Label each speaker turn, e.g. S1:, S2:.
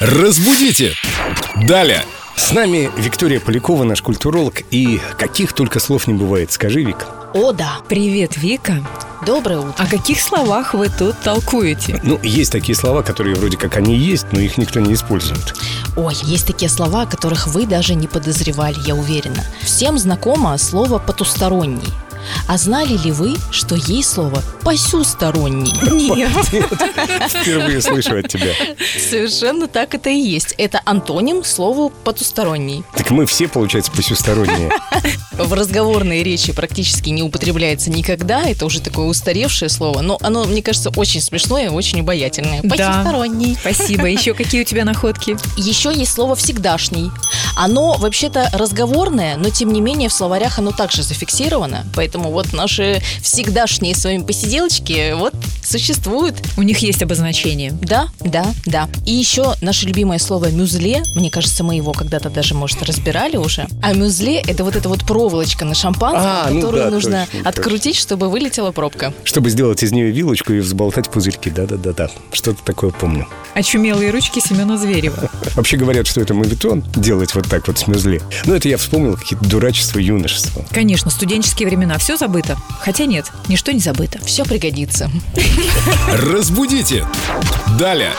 S1: Разбудите! Далее!
S2: С нами Виктория Полякова, наш культуролог. И каких только слов не бывает. Скажи, Вик.
S3: О, да.
S4: Привет, Вика.
S3: Доброе утро.
S4: О каких словах вы тут толкуете?
S2: Ну, есть такие слова, которые вроде как они есть, но их никто не использует.
S3: Ой, есть такие слова, о которых вы даже не подозревали, я уверена. Всем знакомо слово «потусторонний». А знали ли вы, что есть слово «посюсторонний»?
S4: Нет.
S2: Впервые слышу от тебя.
S3: Совершенно так это и есть. Это антоним слову «потусторонний».
S2: Так мы все, получается, посюсторонние.
S3: В разговорной речи практически не употребляется никогда. Это уже такое устаревшее слово. Но оно, мне кажется, очень смешное и очень обаятельное.
S4: Да.
S3: «Посюсторонний».
S4: Спасибо. Еще какие у тебя находки?
S3: Еще есть слово «всегдашний». Оно вообще-то разговорное, но тем не менее в словарях оно также зафиксировано. Поэтому вот наши всегдашние с вами посиделочки вот существуют.
S4: У них есть обозначение.
S3: Да, да, да. И еще наше любимое слово «мюзле». Мне кажется, мы его когда-то даже, может, разбирали уже. А мюзле – это вот эта вот проволочка на шампанском,
S2: А, ну
S3: которую
S2: да,
S3: нужно
S2: точно, точно.
S3: открутить, чтобы вылетела пробка.
S2: Чтобы сделать из нее вилочку и взболтать пузырьки. Да-да-да-да. Что-то такое помню.
S4: Очумелые ручки Семена Зверева.
S2: Вообще говорят, что это мавитон, делать вот так вот с мюзли. Но это я вспомнил какие-то дурачества юношества.
S4: Конечно, студенческие времена. Все забыто. Хотя нет, ничто не забыто.
S3: Все пригодится.
S1: Разбудите! Далее!